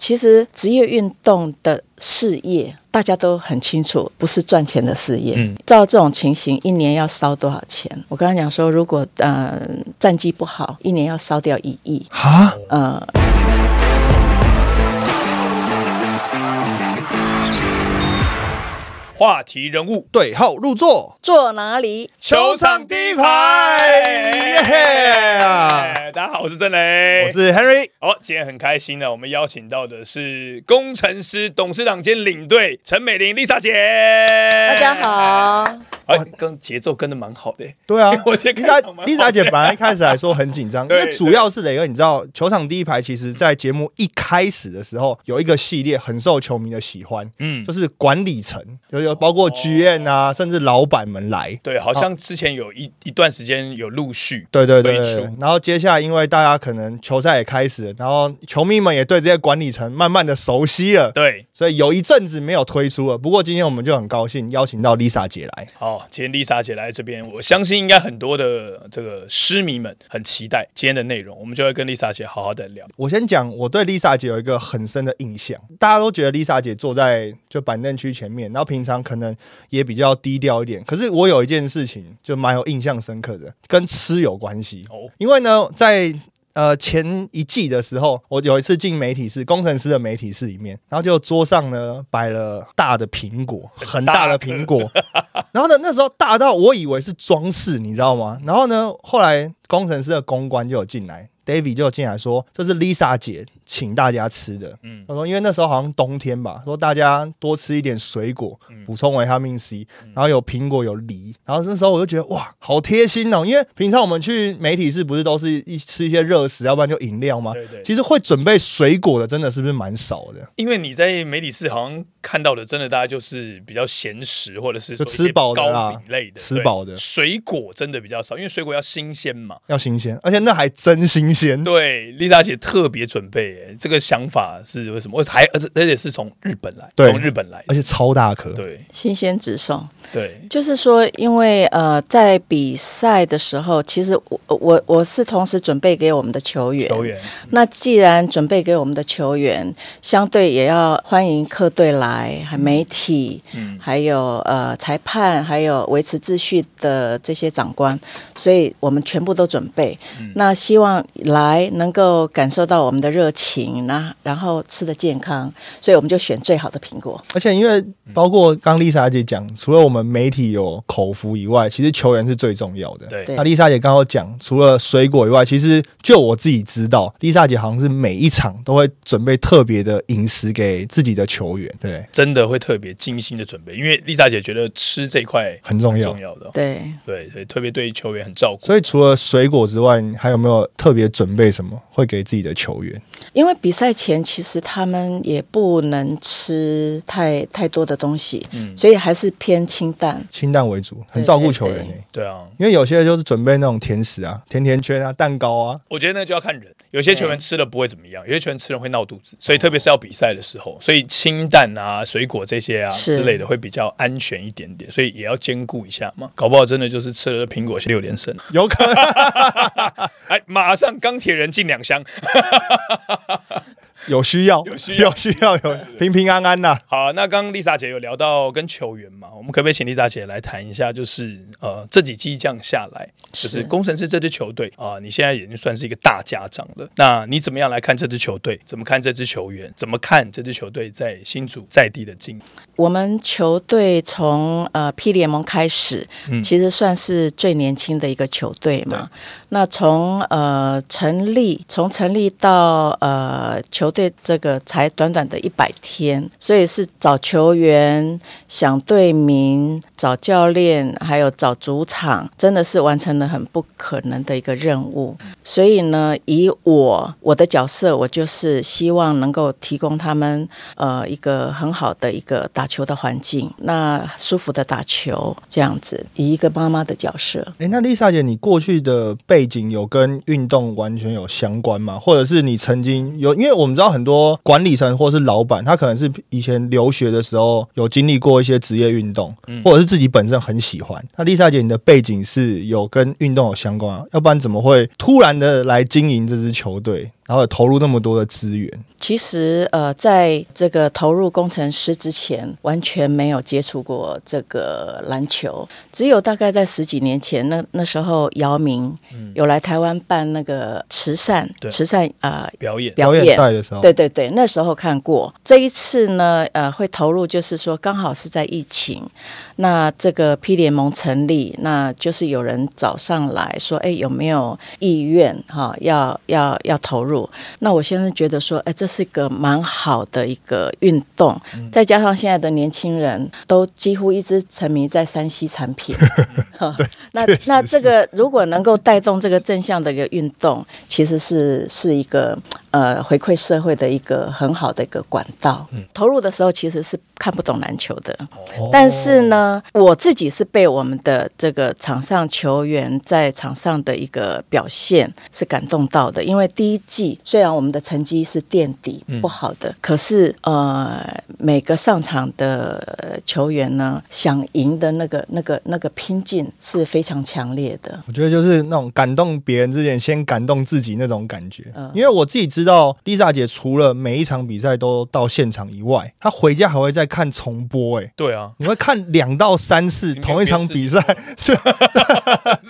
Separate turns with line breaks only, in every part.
其实职业运动的事业大家都很清楚，不是赚钱的事业。
嗯
照这种情形，一年要烧多少钱？我刚才讲说，如果呃战绩不好，一年要烧掉一亿。
啊，
呃，
话题人物，
对号入座，
坐哪里？
球场第一
排耶！
哎，大家好，我是郑雷，
哎我是 Henry，
好，今天很开心呢，我们邀请到的是工程师、董事长兼领队陈美玲 Lisa 姐。
大
大
家，好，
哎，跟节奏跟的蛮好的、，
对啊
我觉得开
Lisa
场蛮好
Lisa 姐本来一开始还说很紧 张，因
对
为主要是磊哥，你知道球场第一排其实在节目一开始的时候有一个系列很受球迷的喜欢，
嗯，哦
就是管理层，就有包括剧院啊，甚至老板们来。
对，好像之前有一一段时间有陆续，
对对对
退
对
出
对然后接下来因为大家可能球赛也开始了，然后球迷们也对这些管理层慢慢的熟悉了，
对，
所以有一阵子没有推出了。不过今天我们就很高兴邀请到 Lisa 姐来，
好，今天 Lisa 姐来这边，我相信应该很多的这个狮迷们很期待今天的内容，我们就会跟 Lisa 姐好好的聊。
我先讲，我对 Lisa 姐有一个很深的印象。大家都觉得 Lisa 姐坐在就板凳区前面，然后平常可能也比较低调一点。可是我有一件事情就蛮有印象深刻的，跟吃有关系。
哦，
因为呢，在呃前一季的时候，我有一次进媒体室，工程师的媒体室里面，然后就桌上呢摆了大的苹果， 很大的苹果。然后呢，那时候大到我以为是装饰，你知道吗？然后呢，后来工程师的公关就有进来。David 就有进来说：“这是 Lisa 姐请大家吃的。”
嗯
嗯，他说：“因为那时候好像冬天吧，说大家多吃一点水果，
嗯
补充维他命 C，然后有苹果有梨，然后那时候我就觉得哇，好贴心哦！因为平常我们去媒体室不是都是一吃一些热食，要不然就饮料吗？
对对
其实会准备水果的，真的是不是蛮少的？
因为你在媒体室好像看到的，真的大家就是比较闲食，或者是
就
说一
吃
些
饱的啦
糕饼类的，
吃
对
饱的
水果真的比较少，因为水果要新鲜嘛。
要新鲜，而且那还真新鲜。
对，丽莎姐特别准备耶，这个想法是为什么？我还而且而且是从日本来，
对
从日本来的
而且超大颗，
对
新鲜直送。
对，
就是说，因为呃，在比赛的时候，其实我我我是同时准备给我们的球员。
球员
那既然准备给我们的球员，相对也要欢迎客队来，还媒体，
嗯
还有呃裁判，还有维持秩序的这些长官，所以我们全部都准备。
嗯
那希望来能够感受到我们的热情，那然后吃的健康，所以我们就选最好的苹果。
而且因为包括刚丽莎姐讲，除了我们媒体有口福以外，其实球员是最重要的。
对
对
那丽莎姐刚刚讲，除了水果以外，其实就我自己知道，丽莎姐好像是每一场都会准备特别的饮食给自己的球员，对，
真的会特别精心的准备，因为丽莎姐觉得吃这一块
很重
很
要
重。要的，
对，
对对，特别对球员很照顾。
所以除了水果之外，你还有没有特别准备什么会给自己的球员？
因为比赛前其实他们也不能吃太太多的东西，
嗯
所以还是偏清淡。
清淡为主，很照顾球员、
对对
欸。
对啊，
因为有些人就是准备那种甜食啊、甜甜圈啊、蛋糕啊，
我觉得那就要看人，有些球员吃了不会怎么样，有些球员吃了会闹肚子，所以特别是要比赛的时候，所以清淡啊、水果这些啊
是
之类的会比较安全一点点，所以也要兼顾一下嘛。搞不好真的就是吃了苹果六连胜，
有可能。
哎，马上钢铁人进两箱。
有需要，
有需要
有需要，有平平安安呐、
好，那刚刚 Lisa 姐有聊到跟球员嘛，我们可不可以请 Lisa 姐来谈一下，就是呃这几季这样下来，就是
是
工程师这支球队啊、你现在已经算是一个大家长了，那你怎么样来看这支球队？怎么看这支球员？怎么看这支球队在新竹在地的经营？
我们球队从呃 P 联盟开始，
嗯
其实算是最年轻的一个球队嘛。那从呃成立，从成立到呃球队这个才短短的一百天，所以是找球员、想队名、找教练，还有找主场，真的是完成了很不可能的一个任务。所以呢，以我我的角色，我就是希望能够提供他们呃一个很好的一个打球的环境，那舒服的打球这样子，以一个妈妈的角色。
诶，那 Lisa 姐，你过去的背景有跟运动完全有相关吗？或者是你曾经有？因为我们知道很多管理层或是老板，他可能是以前留学的时候有经历过一些职业运动，或者是自己本身很喜欢。那 Lisa 姐，你的背景是有跟运动有相关啊？要不然怎么会突然的来经营这支球队，然后投入那么多的资源？
其实呃，在这个投入工程师之前，完全没有接触过这个篮球，只有大概在十几年前，那那时候姚明有来台湾办那个慈善、
对
慈善呃
表 演，
表演。
赛的时候，
对对对，那时候看过。这一次呢，呃，会投入就是说，刚好是在疫情，那这个 P 联盟成立，那就是有人找上来说，哎，有没有意愿哈、要要要投入？那我先生觉得说，哎，这是个蛮好的一个运动，
嗯
再加上现在的年轻人都几乎一直沉迷在山西产品，哈 那
确实
那
是
这个如果能够带动这个正向的一个运动，其实是是一个呃回馈社会的一个很好的一个管道。投入的时候其实是看不懂篮球的，
哦
但是呢，我自己是被我们的这个场上球员在场上的一个表现是感动到的，因为第一季虽然我们的成绩是垫底
嗯
不好的，可是呃，每个上场的呃球员呢，想赢的那个那个那个拼劲是非常强烈的。
我觉得就是那种感动别人之前，先感动自己那种感觉。
嗯
因为我自己知道，Lisa 姐除了每一场比赛都到现场以外，她回家还会再看重播、欸。哎，
对啊，
你会看两到三次
你没有
同一场比赛，是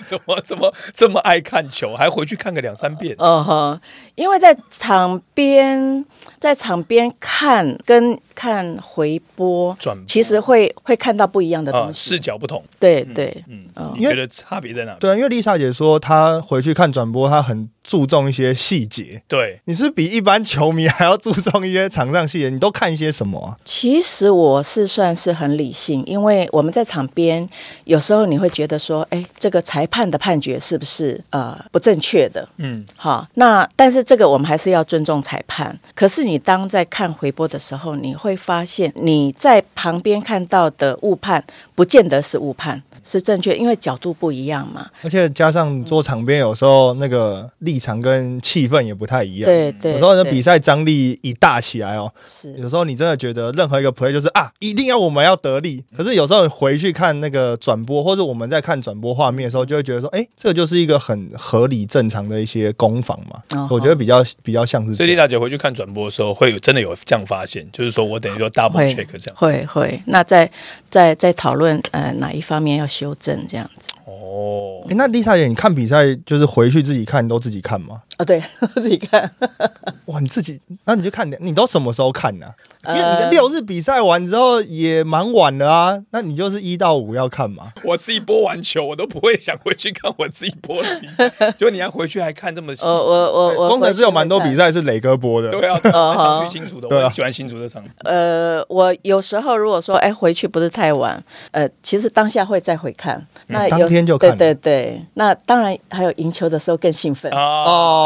怎么怎么这么爱看球，还回去看个两三遍，
嗯哼，因为在场边，在场边看跟看回播，
转播
其实会会看到不一样的
啊，
东西。
视角不同，
对对，
嗯
哦，
你觉得差别在哪？
对啊，因为 Lisa 姐说她回去看转播，她很注重一些细节。
对，
你是比一般球迷还要注重一些场上细节，你都看一些什么啊？
其实我是算是很理性，因为我们在场边，有时候你会觉得说，哎，这个裁判的判决是不是呃不正确的？
嗯，
好，那但是这个我们还是要尊重裁判。可是你当在看回播的时候，你会发现你在旁边看到的误判，不见得是误判，是正确，因为角度不一样嘛。
而且加上做场边，有时候那个立场跟气氛也不太一样。
对对，
有时候那
对
比赛张力一大起来哦，
是
有时候你真的觉得任何一个 play 就是啊，一定要我们要得利。
嗯
可是有时候你回去看那个转播，或者我们在看转播画面的时候，就会觉得说，哎、这个就是一个很合理正常的一些攻防嘛。
哦
我觉得比较比较像是
所
这
以丽
样。
大姐回去看转播的时候，会有真的有这样发现，就是说我等于说 double
会
check 这样。
会会，那再再再讨论呃哪一方面要修正这样子。
哦
哎、，那 Lisa 姐，你看比赛就是回去自己看，都自己看吗？
哦，对 自己看。
哇，你自己，那你就看，你都什么时候看呢、因为你的
呃
六日比赛完之后也蛮晚了啊，那你就是一到五要看嘛。
我自己播完球，我都不会想回去看我自己播的比赛，就你还回去还看这么细
我。呃哦我哦我我
工程师有蛮多
回去会看
比赛是磊哥播的，
对啊，想去新竹的，
对啊
我很喜欢新竹的场。
呃，我有时候如果说哎回去不是太晚，呃，其实当下会再回看。那有
嗯当天就看了
对对对，那当然还有赢球的时候更兴奋。
哦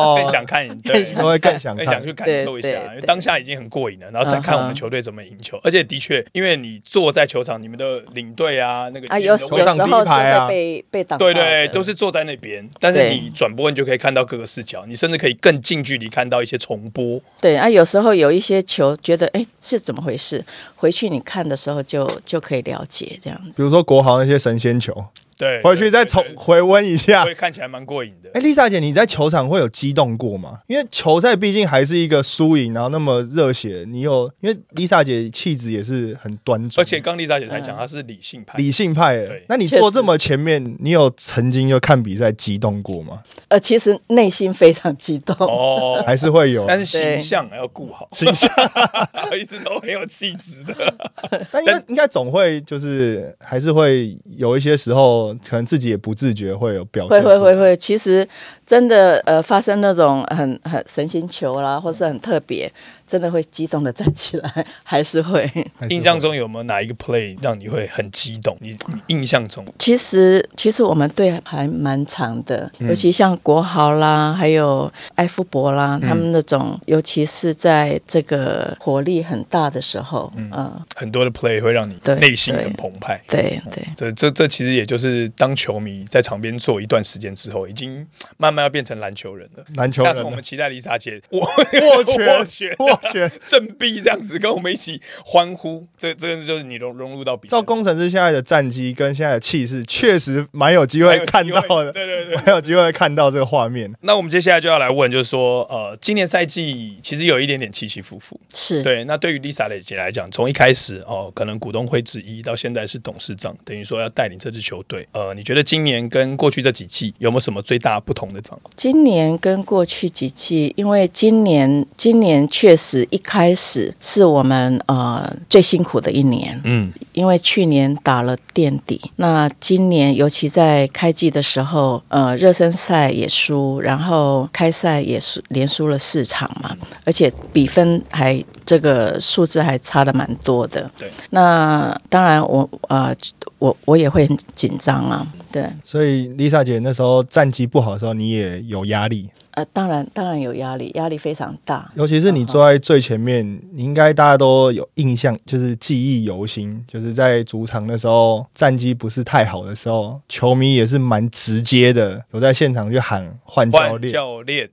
哦，
更想看，对，
想
都会更想
更
看
想。去感受一下，
对对
因为
对
当下已经很过瘾了，然后再看我
嗯
们
哼
球队怎么赢球。而且的确，因为你坐在球场，你们的领队啊，那个
啊，有有
球
时
头上第一
候是
排啊
会被被挡到
对
的，
对，都是坐在那边，但是
对
你转播你就可以看到各个视角，你甚至可以更近距离看到一些重播。
对啊，有时候有一些球觉得哎是怎么回事，回去你看的时候就就可以了解这样子。
比如说国豪那些神仙球，
对，
回去再
对
重
对对
回温一下
会。看起来蛮过瘾的。
哎、丽莎姐，你在球场会有激动过吗？因为球赛毕竟还是一个输赢，然后那么热血，你有因为丽莎姐气质也是很端庄，
而且刚丽莎姐才
嗯
讲，她是理性派，
理性派的
对。
那你坐这么前面，你有曾经就看比赛激动过吗？
呃，其实内心非常激动。
哦，
还是会有？
但是形象还要顾好，
形象，
一直都很有气质的。
但应该应该总会就是还是会有一些时候，可能自己也不自觉会有表现
会
出来。
会会会，其实真的呃，发生那种很 很神仙球啦，或是很特别，真的会激动的站起来， 还是会。
还是会
印象中有没有哪一个 play 让你会很激动？你你印象中
其实其实我们队还蛮长的，尤其像国豪啦，还有艾夫伯啦，他们那种，尤其是在这个火力很大的时候，嗯、
很多的 play 会让你
对
内心很澎湃。
对对。
这这这其实也就是当球迷在场边坐一段时间之后，已经慢慢要变成篮球人了。
篮球
下
人
次我们
了
期待丽莎姐握
握
握
拳
拳
握落选。
振臂这样子跟我们一起欢呼，这这个就是你融融入到比赛
照工程师现在的战绩跟现在的气势，确实蛮有机 会看到
蛮有机会
的，
对对对
蛮有机会看到这个画面。
那我们接下来就要来问，就是说，呃，今年赛季其实有一点点起起伏伏，
是
对，那对于 Lisa 的姐来讲，从一开始哦，可能股东会之一到现在是董事长，等于说要带领这支球队。呃，你觉得今年跟过去这几季有没有什么最大不同的地方？
今年跟过去几季，因为今年今年确实一开始是我们呃最辛苦的一年，
嗯，
因为去年打了垫底，那今年尤其在开季的时候，呃，热身赛也输，然后开赛也输，连输了四场嘛，而且比分还这个数字还差的蛮多的。
对，
那当然我呃我我也会很紧张啊，对。
所以 Lisa 姐那时候战绩不好的时候，你也有压力，
呃，当然，当然有压力，压力非常大。
尤其是你坐在最前面，你应该大家都有印象，就是记忆犹新，就是在主场那时候战绩不是太好的时候，球迷也是蛮直接的，有在现场去喊换教
换
练。
教练，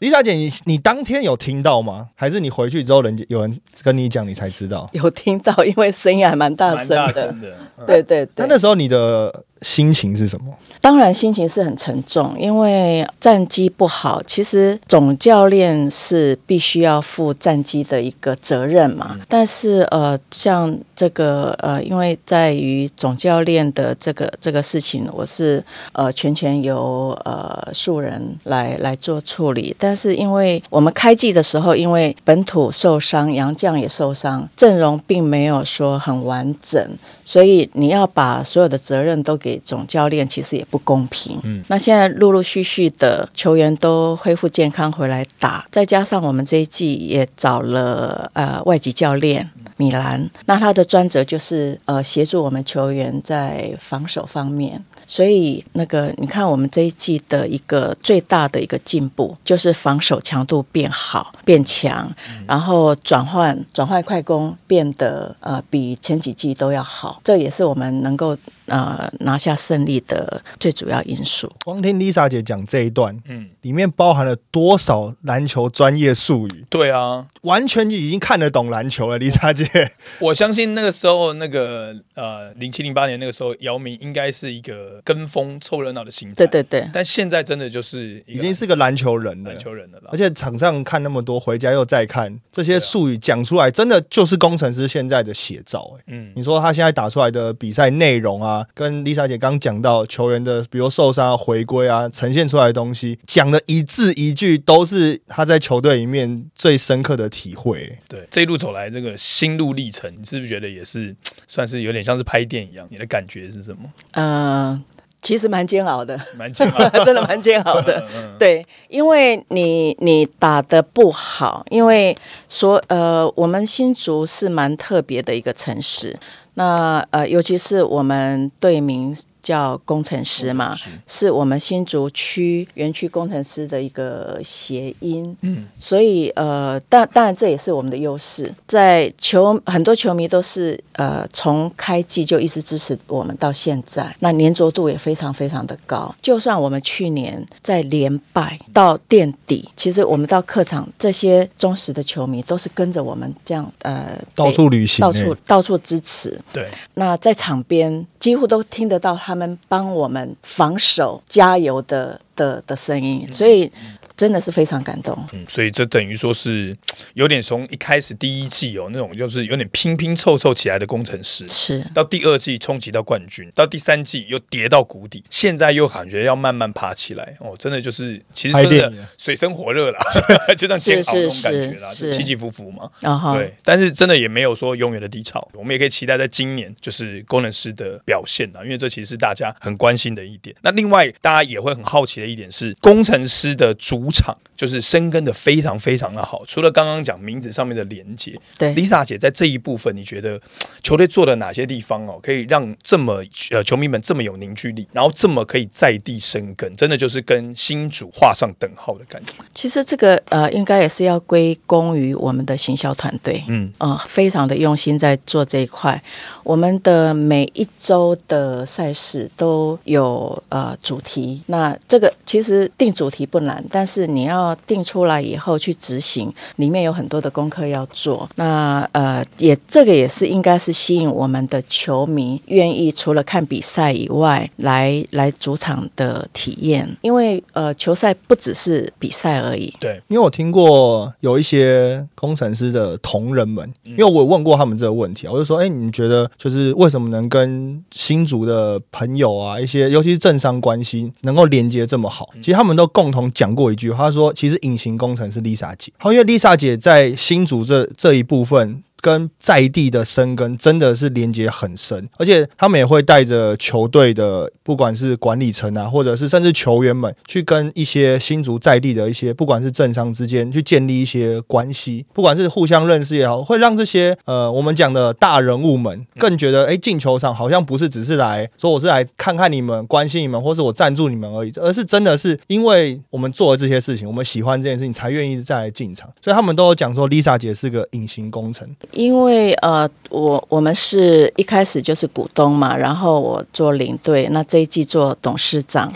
Lisa 姐，你你当天有听到吗？还是你回去之后人家有人跟你讲，你才知道？
有听到，因为声音还蛮大
蛮
声
大
的。
声的，嗯
对对对
那，那时候你的心情是什么？
当然心情是很沉重，因为战绩不好。其实总教练是必须要负战绩的一个责任嘛。但是呃，像这个呃，因为在于总教练的这个这个事情，我是呃全权由呃素人来来做处理。但是因为我们开季的时候，因为本土受伤，洋将也受伤，阵容并没有说很完整，所以你要把所有的责任都给总教练，其实也不公平。嗯，那现在陆陆续续的球员都恢复健康回来打，再加上我们这一季也找了呃外籍教练米兰，那他的专责就是呃协助我们球员在防守方面。所以那个你看，我们这一季的一个最大的一个进步，就是防守强度变好、变强，然后转换转换快攻变得呃比前几季都要好，这也是我们能够呃拿下胜利的最主要因素。
光听 Lisa 姐讲这一段，
嗯，
里面包含了多少篮球专业术语？
对啊，
完全已经看得懂篮球了，Lisa 姐。
我相信那个时候，那个呃，零七零八年那个时候，姚明应该是一个跟风凑热闹的心态，
对对对，
但现在真的就是一
已
个
经是个篮球人了
篮。球人了啦
而。且场上看那么多，回家又再看这
啊
些术语讲出来，真的就是工程师现在的写照、欸。
嗯，
你说他现在打出来的比赛内容啊，跟 Lisa 姐刚讲到球员的，比如受伤、啊、回归啊，呈现出来的东西，讲的一字一句都是他在球队里面最深刻的体会、欸
对，这一路走来，这个心路历程，你是不是觉得也是算是有点像是拍电影一样？啊你的感觉是什么？
呃，其实蛮煎熬的，
蛮啊煎 熬
真的蛮煎熬的。对，因为你你打的不好，因为说呃，我们新竹是蛮特别的一个城市，那呃，尤其是我们队名叫工程师嘛，是我们新竹区园区工程师的一个谐音。
嗯，
所以呃，但当然这也是我们的优势，在球很多球迷都是呃从开季就一直支持我们到现在，那粘着度也非常非常的高。就算我们去年在连败到垫底，其实我们到客场这些忠实的球迷都是跟着我们这样呃
到处旅行、
到
欸，
处到处支持。
对，
那在场边几乎都听得到他们帮我们防守加油的的的声音，所以真的是非常感动。
嗯，所以这等于说是有点从一开始第一季哦，那种就是有点拼拼凑凑起来的工程师，
是
到第二季冲击到冠军，到第三季又跌到谷底，现在又感觉要慢慢爬起来哦，真的就是其实
拍
真
电
的
影啊
水深火热啦， 就像煎熬那种感觉啦，
是是
就是起起伏伏嘛。
然后
对，但是真的也没有说永远的低潮，我们也可以期待在今年就是工程师的表现啊，因为这其实是大家很关心的一点。那另外大家也会很好奇的一点是，工程师的主场就是深耕的非常非常的好，除了刚刚讲名字上面的连接，
对
Lisa 姐在这一部分，你觉得球队做的哪些地方哦，可以让这么呃球迷们这么有凝聚力，然后这么可以在地生根，真的就是跟新主画上等号的感觉。
其实这个呃，应该也是要归功于我们的行销团队，
嗯，
呃，非常的用心在做这一块。我们的每一周的赛事都有呃主题，那这个其实定主题不难，但是你要定出来以后去执行，里面有很多的功课要做。那呃，也这个也是应该是吸引我们的球迷愿意除了看比赛以外，来来主场的体验，因为呃，球赛不只是比赛而已。
对，
因为我听过有一些工程师的同仁们，因为我有问过他们这个问题啊，我就说，哎、你觉得就是为什么能跟新竹的朋友啊，一些尤其是政商关系能够连接这么好？其实他们都共同讲过一句话，他说，其实隐形工程是 Lisa 姐，好，因为 Lisa 姐在新竹这这一部分。跟在地的生根真的是连接很深，而且他们也会带着球队的，不管是管理层啊，或者是甚至球员们，去跟一些新竹在地的一些，不管是政商之间去建立一些关系，不管是互相认识也好，会让这些呃我们讲的大人物们更觉得，哎、进球场好像不是只是来说我是来看看你们、关心你们，或是我赞助你们而已，而是真的是因为我们做了这些事情，我们喜欢这件事情，才愿意再来进场。所以他们都有讲说，Lisa 姐是个隐形工程。
因为呃，我我们是一开始就是股东嘛，然后我做领队，那这一季做董事长。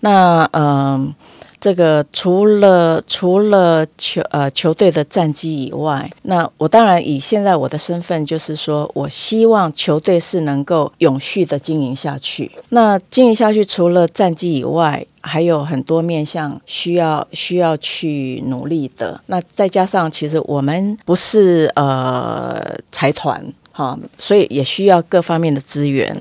那嗯、呃这个除了除了球呃球队的战绩以外，那我当然以现在我的身份，就是说我希望球队是能够永续的经营下去。那经营下去，除了战绩以外，还有很多面向需要需要去努力的。那再加上，其实我们不是呃财团。哈，所以也需要各方面的资源。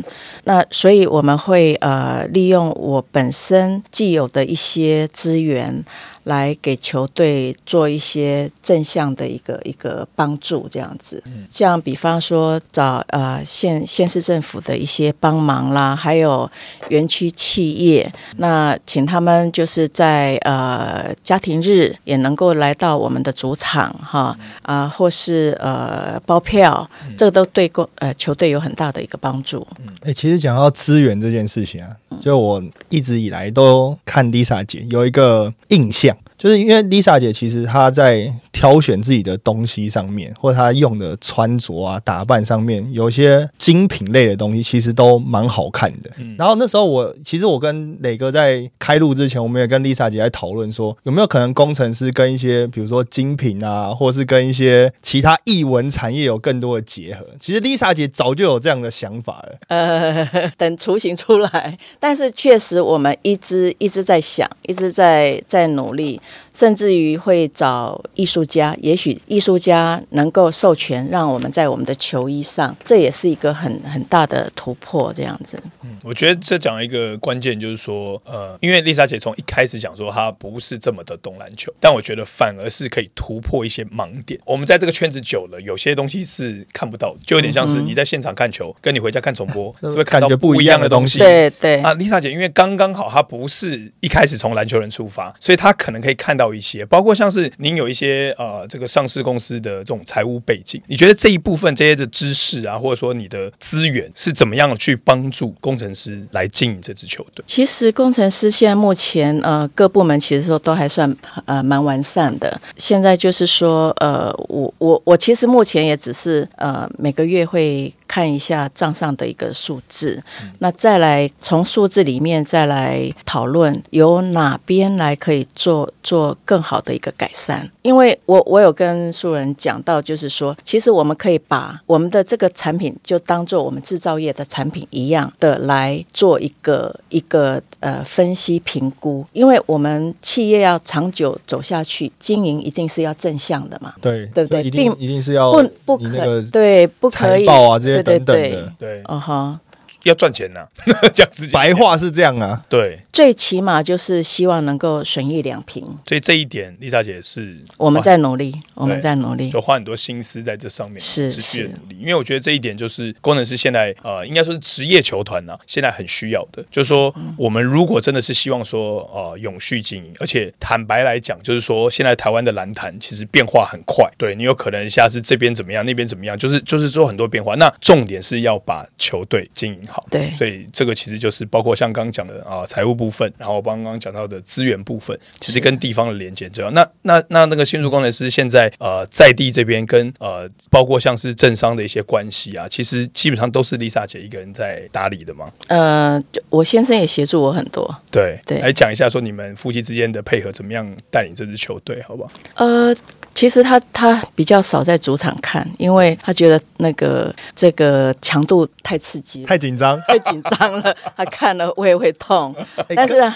那所以我们会呃利用我本身既有的一些资源，来给球队做一些正向的一个一个帮助，这样子。像比方说找呃县县市政府的一些帮忙啦，还有园区企业，那请他们就是在呃家庭日也能够来到我们的主场哈啊、或是呃包票，这都对公呃球队有很大的一个帮助。
哎、其实讲到资源这件事情啊，就我一直以来都看 Lisa 姐有一个印象，就是因为 Lisa 姐其实她在挑选自己的东西上面，或她用的穿着啊、打扮上面，有些精品类的东西其实都蛮好看的。然后那时候我其实我跟磊哥在开录之前，我们也跟 Lisa 姐在讨论说，有没有可能工程师跟一些比如说精品啊，或是跟一些其他艺文产业有更多的结合。其实 Lisa 姐早就有这样的想法了。
呃， 等雏形出来。但是确实，我们一直一直在想，一直在在努力，甚至于会找艺术家，也许艺术家能够授权让我们在我们的球衣上，这也是一个很很大的突破，这样子。
我觉得这讲了一个关键就是说，呃，因为丽莎姐从一开始讲说她不是这么的懂篮球，但我觉得反而是可以突破一些盲点。我们在这个圈子久了，有些东西是看不到的，就有点像是你在现场看球，跟你回家看重 播，是会看到
嗯感觉不
一
一
样
样
的
的
东
东
西。
西
对对，
啊，丽莎姐，因为刚刚好，她不是一开始从篮球人出发，所以她可能可以看到一些，包括像是您有一些呃这个上市公司的这种财务背景，你觉得这一部分这些的知识啊，或者说你的资源是怎么样去帮助工程师来经营这支球队？
其实工程师现在目前呃各部门其实说都还算呃蛮完善的。现在就是说呃我我我其实目前也只是呃每个月会看一下账上的一个数字，那再来从数字里面再来讨论有哪边来可以做做更好的一个改善。因为我我有跟素人讲到，就是说其实我们可以把我们的这个产品就当做我们制造业的产品一样的来做一个一个呃分析评估，因为我们企业要长久走下去，经营一定是要正向的嘛，
对
对不对
一定
并
一定是要
不不
哦你那个
可对不可
财
以
报啊这些
对
等
对对
等的，
对，
哦哈。
要赚钱呐、 讲直接
白话是这样啊。
对，
最起码就是希望能够损益两平，
所以这一点丽莎姐是
我们
花
在努力，我们在努力。
就花很多心思在这上面，
是
持续的
是
努力。因为我觉得这一点就是工程师现在呃，应该说是职业球团呐、现在很需要的。就是说，我们如果真的是希望说呃永续经营，而且坦白来讲，就是说现在台湾的篮坛其实变化很快，对你有可能下次这边怎么样，那边怎么样，就是就是做很多变化。那重点是要把球队经营好。好。
对
所以这个其实就是包括像刚刚讲的啊，财务部分，然后刚刚讲到的资源部分，其实跟地方的连接重要。那那那那个新竹工程师现在呃在地这边跟呃包括像是政商的一些关系啊，其实基本上都是 Lisa 姐一个人在打理的嘛。
呃，就我先生也协助我很多。
对
对
来讲一下说你们夫妻之间的配合怎么样带领这支球队，好不好？
呃，其实他他比较少在主场看，因为他觉得那个这个强度太刺激了。
太紧张，
太紧张了，他看了胃会痛。但是呢，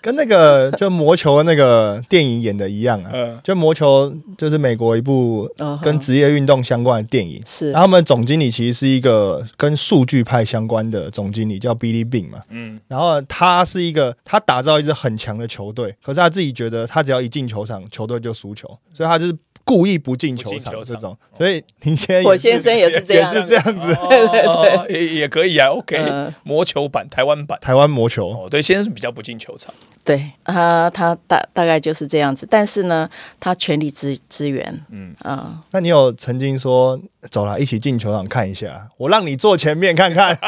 跟那个 就魔球那个电影演的一样啊
嗯。
就魔球就是美国一部
嗯哼
跟啊职业运动相关的电影，
是
然后他们总经理其实是一个跟数据派相关的总经理，叫 Billy Bean 嘛。
嗯，
然后他是一个，他打造一支很强的球队，可是他自己觉得他只要一进球场，球队就输球，所以他就是故意不进球
不进
场
球
这
场
种。所以林先生
我
也是
先生也是这
也
样，啊
是这样子，
对对对，也也可以啊，OK，
嗯
魔球版台湾版。
台湾魔球。
哦，对，先生比较不进球场，
对他，他大大概就是这样子。但是呢，他全力支支援，嗯
那你有曾经说走啦，一起进球场看一下，我让你坐前面看看，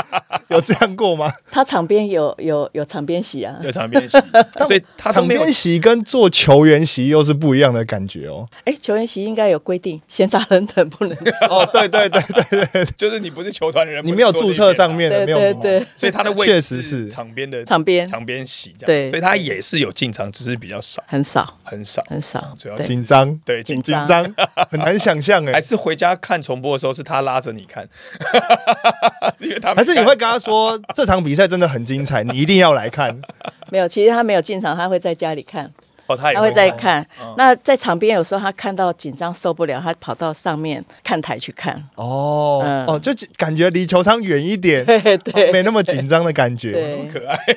有这样过吗？
他场边有有有场边席啊。
有场边席，所以他都
场
没有
边席跟做球员席又是不一样的感觉哦。
哎，球员席应该有规定，闲杂人等不能进。
哦，对对对对，
就是你不是球团人，
你没有注册上面的，
对
没有
对对，
所以他的位
确实
置
是
场边的
场边
场边席这样，
对
所以他也是有进场，只是比较少，
很少
很少，
很少
主要，
对
紧张，
对，进
紧张
紧张，很难想象
还
哎。
是回家看重播的时候是他拉着你看， 是因为他没
还是你
看
会跟他说这场比赛真的很精彩，你一定要来看。
没有。其实他没有进场，他会在家里看。
哦，他也
他会在
在，
看。嗯那在场边有时候他看到紧张受不了，他跑到上面看台去看。
哦、
嗯
哦，就感觉离球场远一点，
对
哦没
对
那么紧张的感觉，
对，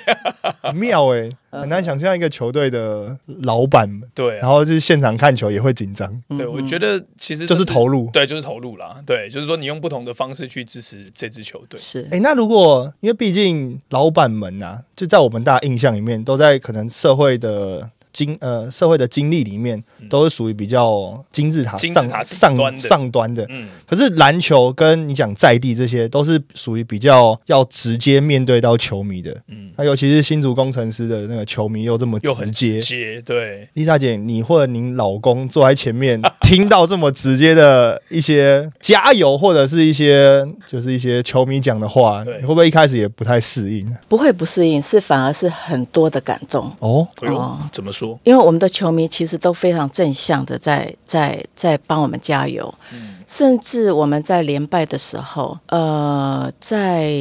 很妙哎、很难想象一个球队的老板，
嗯对
然
啊，嗯
后就是现场看球也会紧张，
对，
嗯
我觉得其实这
就是投入。
对，就是投入啦，对，就是说你用不同的方式去支持这支球队，
是
哎、那如果因为毕竟老板们啊，就在我们大家印象里面，都在可能社会的经呃社会的经历里面，都是属于比较金字塔
嗯金字
上
塔顶端
上
的
上端的。
嗯，
可是篮球跟你讲在地这些，都是属于比较要直接面对到球迷的。嗯
嗯，
那尤其是新竹工程师的那个球迷又这么
又很
直接。
接，对，
丽莎姐，你或者您老公坐在前面， 听到这么直接的一些加油，或者是一些就是一些球迷讲的话，你
对
会不会一开始也不太适应？啊
不会不适应，是反而是很多的感动。
哦，
哎呦
哦，
怎么说？
因为我们的球迷其实都非常正向的在在在帮我们加油，甚至我们在连败的时候，呃，在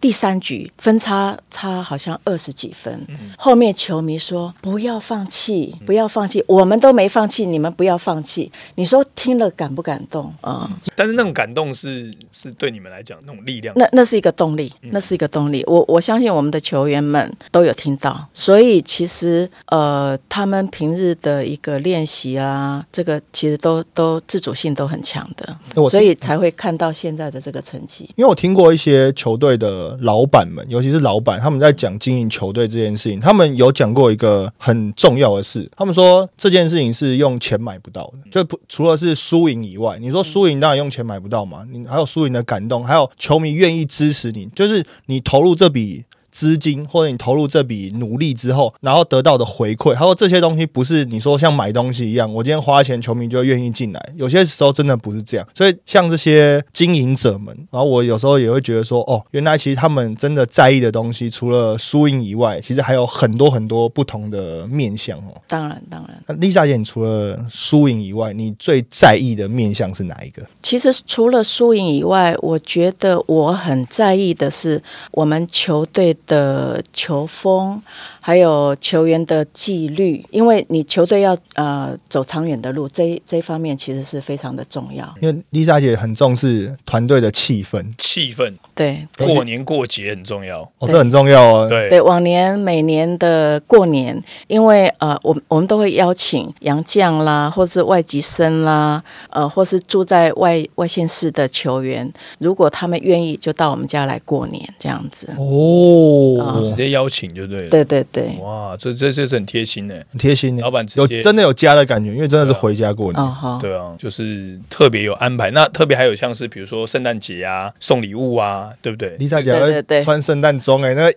第三局分差差好像二十几分，后面球迷说不要放弃，不要放弃，我们都没放弃，你们不要放弃。你说听了感不感动？啊、
但是那种感动是是对你们来讲那种力量，
那那是一个动力，
嗯
那是一个动力。我我相信我们的球员们都有听到，所以其实呃，他们平日的一个练习啊，这个其实都都自主性都很强的
那我，嗯
所以才会看到现在的这个成绩。
因为我听过一些球队的老板们，尤其是老板，他们在讲经营球队这件事情，他们有讲过一个很重要的事，他们说这件事情是用钱买不到的，就不除了是输赢以外，你说输赢当然用钱买不到嘛，你还有输赢的感动，还有球迷愿意支持你，就是你投入这笔。资金或者你投入这笔努力之后，然后得到的回馈，他说这些东西不是你说像买东西一样，我今天花钱，球迷就愿意进来。有些时候真的不是这样，所以像这些经营者们，然后我有时候也会觉得说，哦，原来其实他们真的在意的东西，除了输赢以外，其实还有很多很多不同的面向哦。
当然，当然，
那 Lisa 姐，你除了输赢以外，你最在意的面向是哪一个？
其实除了输赢以外，我觉得我很在意的是我们球队的球风，还有球员的纪律，因为你球队要呃走长远的路，这一这一方面其实是非常的重要。
因为 Lisa 姐很重视团队的气氛，
气氛，
对
过年过节很重要，
哦，
对
这很重要哦。
对，
对，往年每年的过年，因为呃，我们我们都会邀请洋将啦，或是外籍生啦，呃，或是住在外外县市的球员，如果他们愿意，就到我们家来过年这样子。
哦，哦
直，接邀请就对了。
对对对，
哇，这这这是很贴心欸呢。
很贴心呢
老，板直
有
接
真的有家的感觉，因为真的是回家过
哦
年。
好，
对啊，就是特别有安排。那特别还有像是比如说圣诞节啊，送礼物啊，对不对？
Lisa
对对
姐
对
穿圣诞装 哎，那个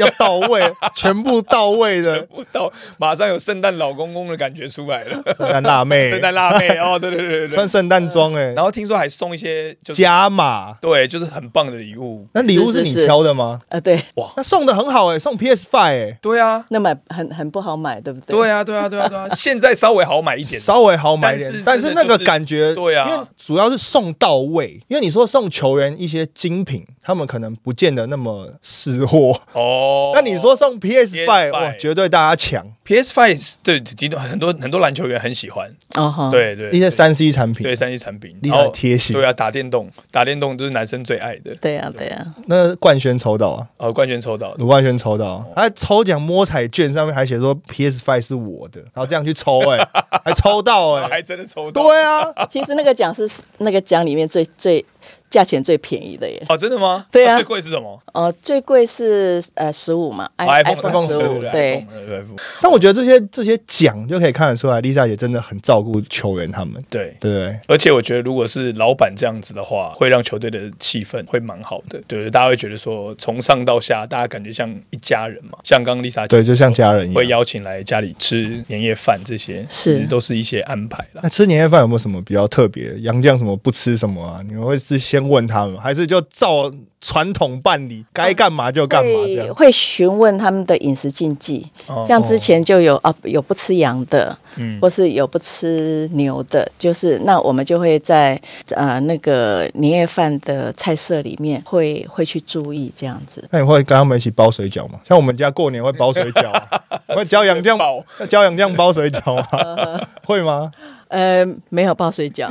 要到位，全部到位的
不到马上有圣诞老公公的感觉出来了，
圣诞辣妹
圣，诞辣妹哦，对对对对
穿
对。
圣诞装哎，
然后听说还送一些就是
加码。
对，就是很棒的礼物。
那礼物是你
是是是
挑的吗？
呃对，
那送的很好哎，送 PS Five
对啊，
那买很很不好买，对不对？
对啊，对啊，对啊，对啊。现在稍微好买一
哎，
点，
稍微好买一点，
但
但是
是真的
那个
就是
感觉，
对啊
因为主要是送到位。因为你说送球员一些精品，他们可能不见得那么识货。
哦。
那你说送 PS
PS5
Five，哇，绝对大家抢
PS Five 对，的很多很多篮球员很喜欢，
哦哈，
对对，
一些三 C 产
对
品，
三 C 产品，
厉
然后
害贴心
对。啊，打电动，打电动就是男生最爱的。
对啊对啊，
那冠轩抽到啊，
哦，冠军抽到的，
鲁冠轩抽到啊，他抽奖摸彩券上面还写说 PS Five 是我的，然后这样去抽，哎， 还抽到哎，
还真的抽到。
对啊，
其实那个奖是那个奖里面最最价钱最便宜的耶。
哦，真的吗？
对啊
那最贵是什么
呃，最贵是呃十五嘛
哦
，i
iPhone
十五，
15
对，
，iPhone
但我觉得这些这些奖就可以看得出来，Lisa 姐真的很照顾球员他们，
对。
对不对？
而且我觉得，如果是老板这样子的话，会让球队的气氛会蛮好的。对，大家会觉得说，从上到下，大家感觉像一家人嘛。像刚刚 Lisa
对，就像家人一
会
样。
邀请来家里吃年夜饭，这些
是
其实都是一些安排啦
那。吃年夜饭有没有什么比较特别？杨绛什么不吃什么啊？你们会是先问他们，还是就照传统办理，该干嘛就干嘛这
会
样？
会询问他们的饮食禁忌，
哦
像之前就有啊有不吃羊的，
嗯
或是有不吃牛的，就是那我们就会在呃那个年夜饭的菜色里面会会去注意这样子。
那你会跟他们一起包水饺吗？像我们家过年会包水饺、 啊，会教杨绛
包
要教杨绛包水饺 吗？会吗？
呃，没有爆水饺，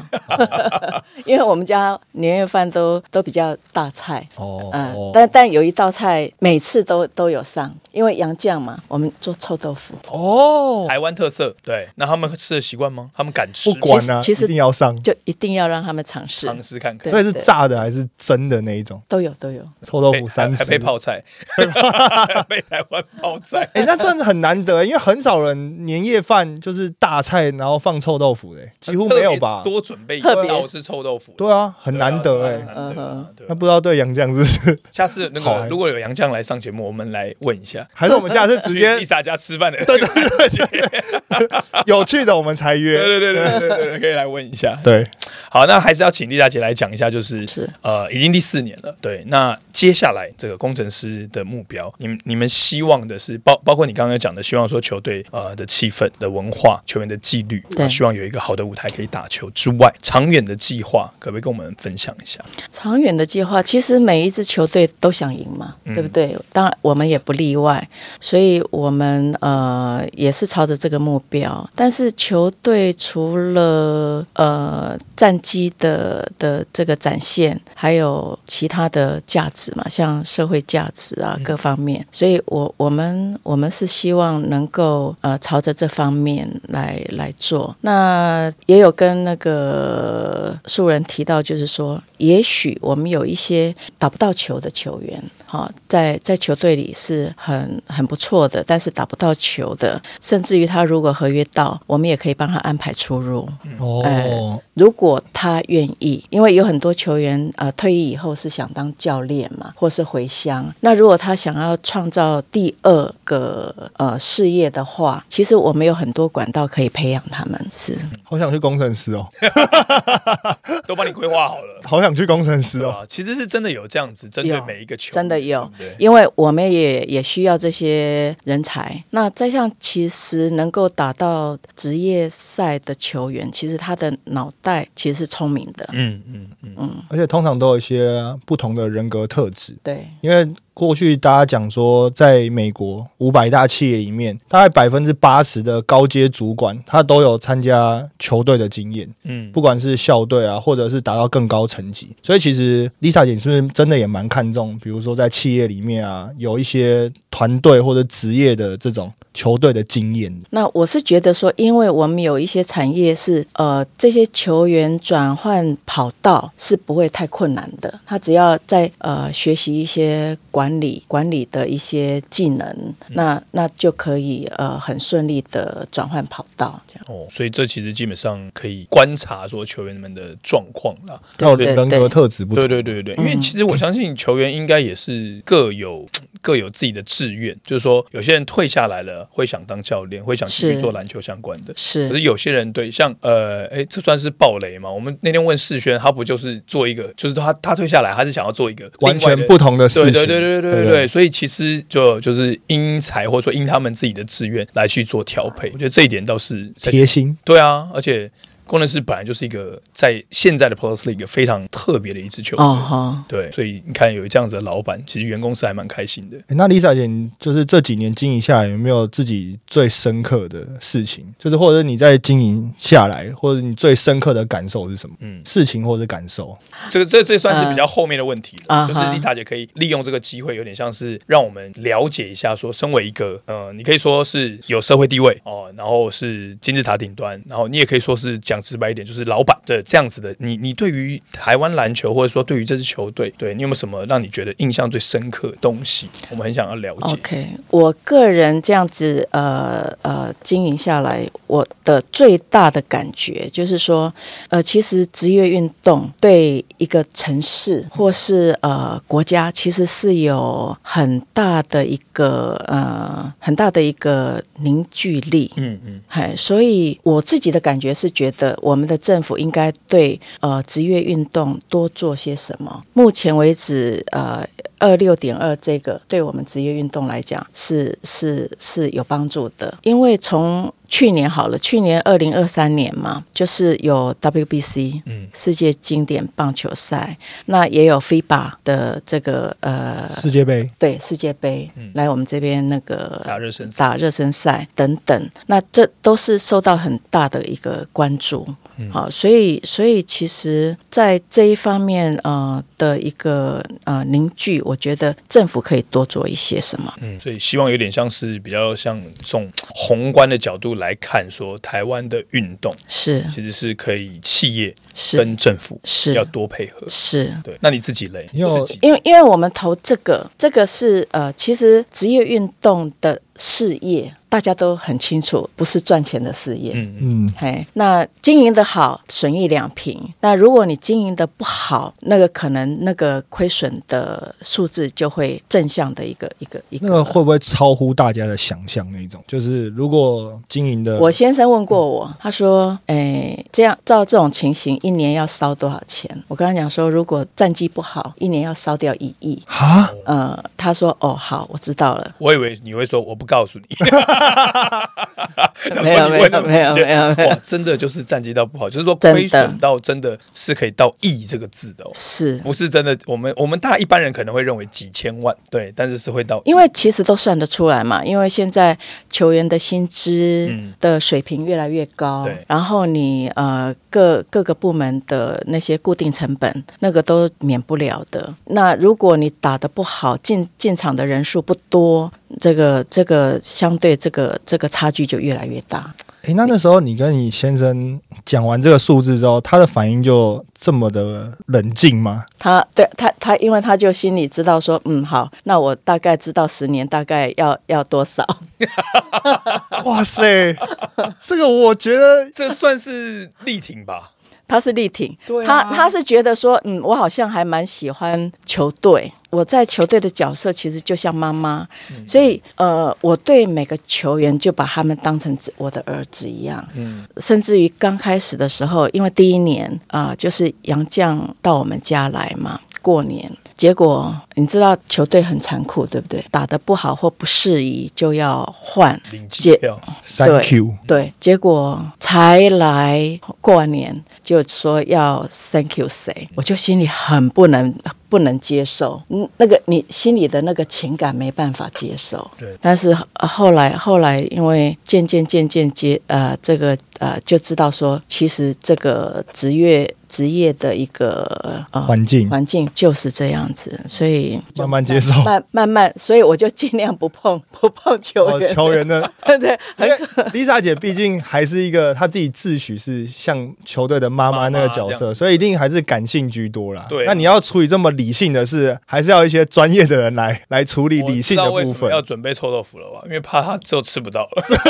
因为我们家年夜饭都都比较大菜。
哦，
嗯、
哦
但但有一道菜每次都都有上，因为洋酱嘛，我们做臭豆腐，
哦，
台湾特色，对，那他们吃的习惯吗？他们敢吃
不
吗？
管啊，
其实其实
一定要上，
就一定要让他们尝试，
尝试看看
对。
所以是炸的还是蒸的那一种？
都有都有。
臭豆
配
腐哦三
哎还
吃
还，配 泡菜，还配台湾泡菜。
哎、那真的很难得，因为很少人年夜饭就是大菜，然后放臭豆腐的、几乎没有吧
特？别多准备一
特别
道是臭豆腐，
对啊，很难得哎、
对啊很难得啊对
那
啊
不知道对杨绛是不是？
下次那
好啊
个如果有杨绛来上节目，我们来问一下，
还是我们下次直
去
接
丽莎家吃饭的，对对
有趣的我们才约？
对对对对对，可以来问一下。
对，
好，那还是要请丽莎姐来讲一下，就是
是
呃，已经第四年了，对，那接下来这个工程师的目标，你们你们希望的是包包括你刚刚讲的，希望说球队呃的气氛的文化、球员的纪律，
对
希望有一个好的舞台可以打球之外，长远的计划可不可以跟我们分享一下？
长远的计划，其实每一支球队都想赢嘛，对不对？当然我们也不例外，所以我们呃也是朝着这个目标。但是球队除了呃战绩的的这个展现，还有其他的价值嘛，像社会价值啊各方面。所以我我们我们是希望能够呃朝着这方面来来做。那也有跟那个素人提到，就是说，也许我们有一些打不到球的球员，哈、在在球队里是很很不错的，但是打不到球的，甚至于他如果合约到，我们也可以帮他安排出入。
哦，
如果他愿意，因为有很多球员呃退役以后是想当教练嘛，或是回乡。那如果他想要创造第二个呃事业的话，其实我们有很多管道可以培养他们。是，
好想去工程师哦，
都帮你规划好了。
好想去工程师
对
哦。
吧？啊其实是真的有这样子，针对
有
每一个球，
真的有
对不对
因为我们也也需要这些人才。那这项其实能够打到职业赛的球员，其实他的脑袋其实是聪明的。
嗯嗯嗯，
而且通常都有一些不同的人格特质，
对，
因为过去大家讲说，在美国五百大企业里面，大概百分之八十的高阶主管他都有参加球队的经验。
嗯，
不管是校队啊，或者是达到更高层级。所以其实 Lisa 姐你是不是真的也蛮看重，比如说在企业里面啊，有一些团队或者职业的这种球队的经验的。
那我是觉得说，因为我们有一些产业是呃，这些球员转换跑道是不会太困难的，他只要在呃学习一些管管理管理的一些技
嗯
能，那那就可以呃很顺利的转换跑道这样。
哦，所以这其实基本上可以观察说球员们的状况啦。
要
对
人格
对
特质不同
对。对对对，
嗯
因为其实我相信球员应该也是各有各有自己的志愿，就是说有些人退下来了会想当教练，会想继续
是
做篮球相关的。可
是
是有些人对像呃，哎，这算是暴雷嘛？我们那天问世轩，他不就是做一个，就是他他退下来，他是想要做一个
完全
另外的
不同的事情。
对对对对对对
对
对，所以其实就就是因材或者说因他们自己的志愿来去做调配，我觉得这一点倒是
哦贴心。
对啊，而且工程师本来就是一个在现在的 Plus League 非常特别的一支球队。
哦哈，
对，所以你看有这样子的老板，其实员工是还蛮开心的。
诶那 Lisa 姐，你就是这几年经营下来，有没有自己最深刻的事情？就是或者是你在经营下来，或者你最深刻的感受是什么？
嗯，
事情或者感受？
这个这这算是比较后面的问题了，
嗯
就是
啊哈
丽莎姐可以利用这个机会，有点像是让我们了解一下，说身为一个呃，你可以说是有社会地位哦，然后是金字塔顶端，然后你也可以说是讲直白一点，就是老板的这样子的。你你对于台湾篮球，或者说对于这支球队，对你有没有什么让你觉得印象最深刻的东西？我们很想要了解。
OK，我个人这样子呃呃经营下来，我的最大的感觉就是说，呃，其实职业运动对一个城市或是呃国家，其实是有很大的一个呃很大的一个凝聚力。
嗯嗯
嗨，所以我自己的感觉是觉得，我们的政府应该对呃职业运动多做些什么。目前为止，呃，二六点二这个对我们职业运动来讲是是是有帮助的，因为从去年好了，去年二零二三年嘛，就是有 WBC
嗯，
世界经典棒球赛，那也有 FIBA 的这个呃
世界杯
对世界杯、来我们这边那个
打热身赛。
打热身赛等等，那这都是受到很大的一个关注。
嗯
好、所以所以其实，在这一方面，呃的一个呃凝聚，我觉得政府可以多做一些什么。
嗯，所以希望有点像是比较像这种宏观的角度来看，说台湾的运动
是
其实是可以企业
是
跟政府要
是
多配合。
是，
对，那你自己嘞？
你有
自己
因为因为我们投这个，这个是呃，其实职业运动的事业，大家都很清楚，不是赚钱的事业。
嗯，
嗯，
嘿，那经营的好，损益两平。那如果你经营的不好，那个可能那个亏损的数字就会正向的一个一个一个。
那个会不会超乎大家的想象那种？就是如果经营的，
我先生问过我，他说：“哎，这样照这种情形，一年要烧多少钱？”我跟他讲说，如果战绩不好，一年要烧掉一亿。
哈，
呃，他说：“哦，好，我知道 了。
我以为你会说我不告诉你， 那时
没有
候你
没有
问那么
没有
直接
没有没有
哇，真的就是战绩到不好，就是说
真的
亏损到真的是可以到亿这个字的哦”，
是，
不是真的。我们我们大一般人可能会认为几千万，对，但是是会 到
因为其实都算得出来嘛，因为现在球员的薪资
嗯
的水平越来越高，
对
然后你呃各各个部门的那些固定成本，那个都免不了的。那如果你打得不好，进进场的人数不多，这个这个相对这个这个差距就越来越大。
诶，那那时候你跟你先生讲完这个数字之后，他的反应就这么的冷静吗？
他对他他，因为他就心里知道说，嗯，好，那我大概知道十年大概要要多少。
哇塞，这个我觉得
这算是力挺吧？
他是力挺，
对啊
他他是觉得说，嗯，我好像还蛮喜欢球队，我在球队的角色其实就像妈妈，
嗯
所以呃，我对每个球员就把他们当成自我的儿子一样，
嗯
甚至于刚开始的时候，因为第一年啊、呃就是杨绛到我们家来嘛，过年。结果你知道球队很残酷，对不对？打得不好或不适宜就要换，
领机票，
Thank you，
对，结果才来过完年就说要 thank you 谁，
嗯
我就心里很不能不能接受，嗯，那个你心里的那个情感没办法接受。
对
但是呃后来后来因为渐渐渐渐接呃这个呃就知道说，其实这个职业职业的一个呃
环境
环境就是这样子，所以就
慢慢接受
慢慢慢，所以我就尽量不碰不碰球
哦
员，
球员的
对 对，
因
很
为 Lisa 姐毕竟还是一个她自己自诩是像球队的妈妈那个角
妈妈这
色，所以一定还是感性居多啦。
对啊
那你要处理这么理性的事，还是要一些专业的人来来处理
我
理
知
性
道
的
为
部
什么
分
要。准备臭豆腐了吧？因为怕他之后吃不到了，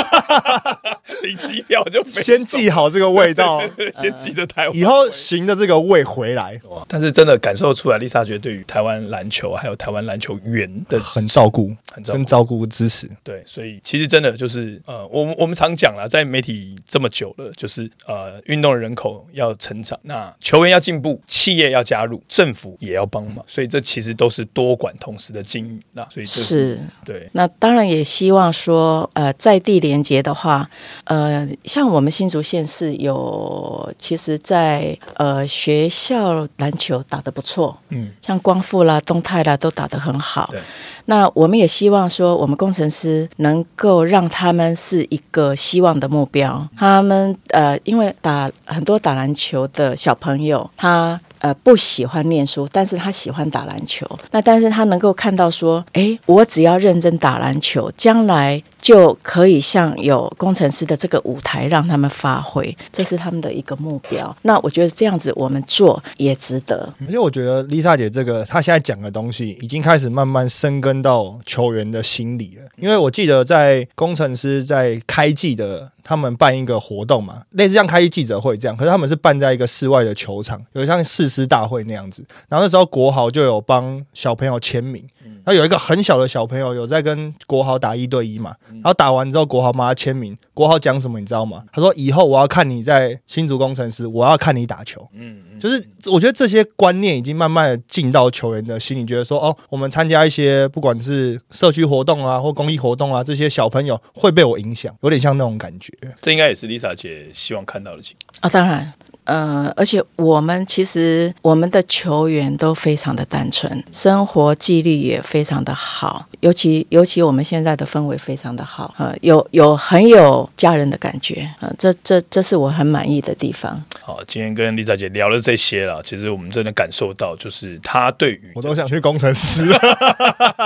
领机票就飞
先记好这个味道，
先急着台湾
以后行的这个味回来，
但是真的感受出来，丽莎觉得对于台湾篮球还有台湾篮球员的
很照顾，
很照顾
跟照顾支持。
对，所以其实真的就是呃，我们我们常讲啦，在媒体这么久了，就是呃，运动人口要成长，那球员要进步，企业要加入，政府也要帮
嗯
忙，所以这其实都是多管同时的经营。那所以这
是。
对
那当然也希望说，呃，在地连接的话，呃，像我们新竹县是有，其实在呃学校篮球打得不错，
嗯，
像光复啦、东泰啦都打得很好
对。
那我们也希望说，我们工程师能够让他们是一个希望的目标。他们呃，因为打很多打篮球的小朋友，他。呃，不喜欢念书，但是他喜欢打篮球。那但是他能够看到说，诶，我只要认真打篮球，将来就可以像有工程师的这个舞台让他们发挥，这是他们的一个目标。那我觉得这样子我们做也值得。
而且我觉得 Lisa 姐这个她现在讲的东西，已经开始慢慢生根到球员的心里了。因为我记得在工程师在开季的。他们办一个活动嘛，类似像开记者会这样，可是他们是办在一个室外的球场，有像誓师大会那样子。然后那时候国豪就有帮小朋友签名，然后有一个很小的小朋友有在跟国豪打一对一嘛，然后打完之后国豪帮他签名，国豪讲什么你知道吗？他说以后我要看你在新竹工程师，我要看你打球。
嗯嗯，
就是我觉得这些观念已经慢慢的进到球员的心里，觉得说哦，我们参加一些不管是社区活动啊或公益活动啊，这些小朋友会被我影响，有点像那种感觉。
这应该也是 Lisa 姐希望看到的情
啊、
况。
当然。呃，而且我们其实我们的球员都非常的单纯，生活纪律也非常的好，尤其尤其我们现在的氛围非常的好，呃，有有很有家人的感觉，呃，这这这是我很满意的地方。
好，今天跟 Lisa 姐聊了这些了，其实我们真的感受到，就是她对于
我都想去工程师了，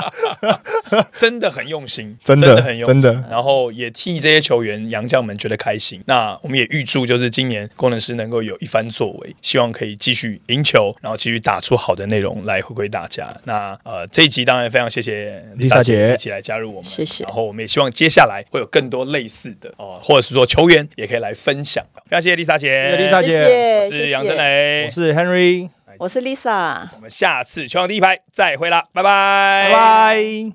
真的很用心，
真的
的很用心
真的
然后也替这些球员、洋将们觉得开心。那我们也预祝，就是今年工程师能够有一番作为，希望可以继续赢球，然后继续打出好的内容来回馈大家。那呃，这一集当然非常谢谢
Lisa 姐
一起来加入我们，
谢谢
然后我们也希望接下来会有更多类似的哦、或者是说球员也可以来分享。非常谢谢 Lisa 姐
谢谢 Lisa 大姐
我是杨真，雷，
我是 Henry，
我是 Lisa。
哎我们下次球场第一排再会啦，拜拜，
拜拜。